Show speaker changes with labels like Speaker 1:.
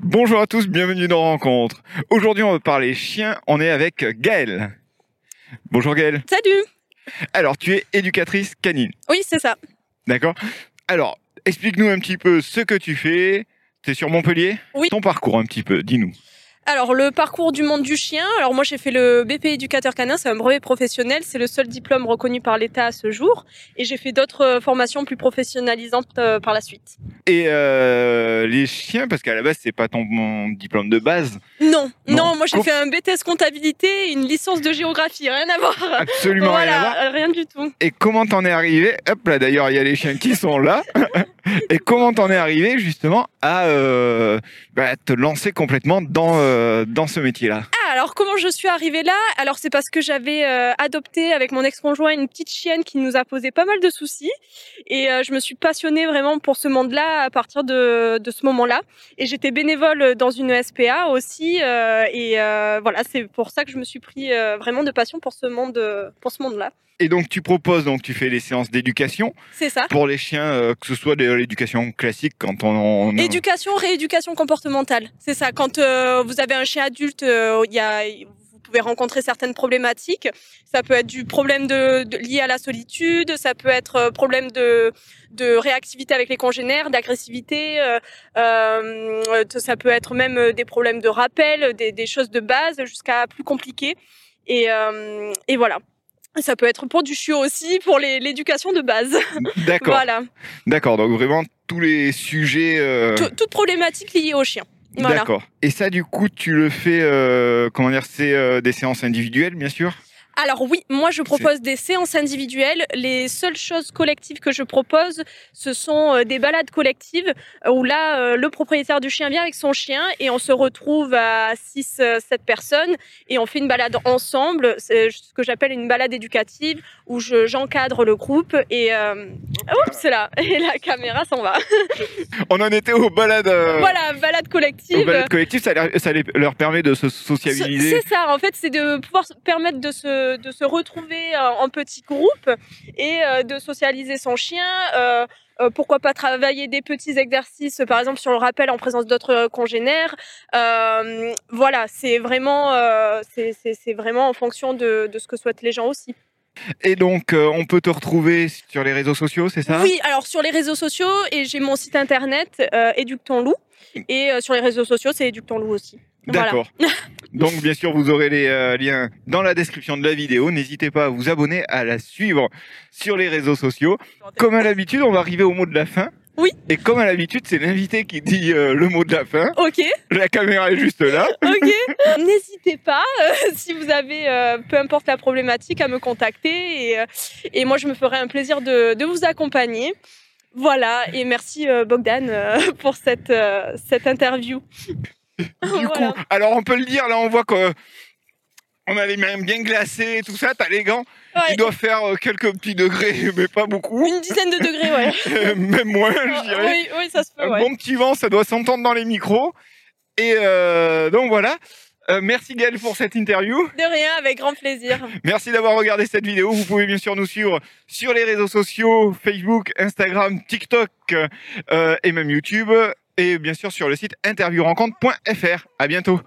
Speaker 1: Bonjour à tous, bienvenue dans Rencontre. Aujourd'hui, on va parler chien. On est avec Gaëlle. Bonjour Gaëlle.
Speaker 2: Salut
Speaker 1: Alors, tu es éducatrice canine,
Speaker 2: Oui, c'est ça.
Speaker 1: d'accord Alors, explique-nous un petit peu ce que tu fais. Tu es sur Montpellier
Speaker 2: Oui.
Speaker 1: Ton parcours un petit peu, dis-nous.
Speaker 2: Alors, le parcours du monde du chien. Alors, moi, j'ai fait le BP éducateur canin. C'est un brevet professionnel. C'est le seul diplôme reconnu par l'État à ce jour. Et j'ai fait d'autres euh, formations plus professionnalisantes euh, par la suite.
Speaker 1: Et euh, les chiens, parce qu'à la base, c'est pas ton mon diplôme de base.
Speaker 2: Non,
Speaker 1: Non.
Speaker 2: non, moi, j'ai
Speaker 1: Com-
Speaker 2: fait un BTS comptabilité et une licence de géographie. Rien à voir.
Speaker 1: Absolument rien à voir.
Speaker 2: Voilà, rien du tout.
Speaker 1: Et comment t'en es arrivé Hop là, d'ailleurs, il y a les chiens qui sont là. Et comment t'en es arrivé justement à euh, bah, te lancer complètement dans euh, dans ce métier-là
Speaker 2: Ah, alors comment je suis arrivée là Alors c'est parce que j'avais euh, adopté avec mon ex-conjoint une petite chienne qui nous a posé pas mal de soucis et euh, je me suis passionnée vraiment pour ce monde-là à partir de, de ce moment-là et j'étais bénévole dans une SPA aussi euh, et euh, voilà c'est pour ça que je me suis pris euh, vraiment de passion pour ce monde euh, pour ce monde-là.
Speaker 1: Et donc tu proposes, donc tu fais les séances d'éducation
Speaker 2: C'est ça.
Speaker 1: pour les chiens, euh, que ce soit de l'éducation classique quand on, on-
Speaker 2: Éducation, rééducation comportementale. C'est ça. Quand euh, vous avez un chien adulte, euh, il y a, vous pouvez rencontrer certaines problématiques. Ça peut être du problème de, de- lié à la solitude, ça peut être euh, problème de, de réactivité avec les congénères, d'agressivité. euh, euh, ça peut être même euh, des problèmes de rappel, des, des choses de base jusqu'à plus compliquées. Et, euh, et voilà. Ça peut être pour du chiot aussi, pour les- l'éducation de base.
Speaker 1: D'accord,
Speaker 2: Voilà.
Speaker 1: d'accord. Donc vraiment tous les sujets. euh,
Speaker 2: Tout- Toute problématique liée au chien. Voilà.
Speaker 1: D'accord. Et ça, du coup, tu le fais, euh, comment dire, c'est euh, des séances individuelles, bien sûr.
Speaker 2: Alors oui, moi je propose des séances individuelles. Les seules choses collectives que je propose, ce sont euh, des balades collectives euh, où là, euh, le propriétaire du chien vient avec son chien et on se retrouve à 6, 7 personnes et on fait une balade ensemble. C'est ce que j'appelle une balade éducative où je- j'encadre le groupe et... Euh... Oups là Et la caméra s'en va.
Speaker 1: On en était aux balades. euh,
Speaker 2: Voilà, balade
Speaker 1: aux
Speaker 2: collective.
Speaker 1: balades collectives, ça, leur- ça les- leur permet de se sociabiliser.
Speaker 2: C'est ça, en fait, c'est de pouvoir se permettre de se, de se retrouver euh, en petit groupe et euh, de socialiser son chien. euh, euh, pourquoi pas travailler des petits exercices, par exemple sur le rappel en présence d'autres euh, congénères. Euh, voilà, c'est vraiment, euh, c'est- c'est c'est vraiment en fonction de, de ce que souhaitent les gens aussi.
Speaker 1: Et donc, euh, on peut te retrouver sur les réseaux sociaux, c'est ça
Speaker 2: Oui, alors sur les réseaux sociaux, et j'ai mon site internet, euh, Éduque ton loup. Et euh, sur les réseaux sociaux, c'est Éduque ton loup aussi. Voilà.
Speaker 1: D'accord. donc, bien sûr, vous aurez les euh, liens dans la description de la vidéo. N'hésitez pas à vous abonner, à la suivre sur les réseaux sociaux. Comme à l'habitude, on va arriver au mot de la fin.
Speaker 2: Oui.
Speaker 1: Et comme à l'habitude, c'est l'invité qui dit euh, le mot de la fin.
Speaker 2: Ok.
Speaker 1: La caméra est juste là.
Speaker 2: Ok, n'hésitez pas, euh, si vous avez euh, peu importe la problématique, à me contacter et, euh, et moi je me ferai un plaisir de, de vous accompagner. Voilà, et merci euh, Bogdan euh, pour cette, euh, cette interview.
Speaker 1: Du
Speaker 2: Voilà.
Speaker 1: coup, alors on peut le dire, là, on voit que. On a les mains bien glacées, tout ça, t'as les gants.
Speaker 2: Ouais,
Speaker 1: Il doit faire euh, quelques petits degrés, mais pas beaucoup.
Speaker 2: une dizaine de degrés, ouais.
Speaker 1: Euh, Même moins, je dirais.
Speaker 2: oui, oui, ça se peut,
Speaker 1: Un
Speaker 2: ouais.
Speaker 1: bon petit vent, ça doit s'entendre dans les micros. Et euh, donc voilà. Euh, merci Gaël pour cette interview.
Speaker 2: De rien, avec grand plaisir.
Speaker 1: Merci d'avoir regardé cette vidéo. Vous pouvez bien sûr nous suivre sur les réseaux sociaux, Facebook, Instagram, TikTok euh, et même YouTube. Et bien sûr sur le site interviewrencontre.fr. À bientôt.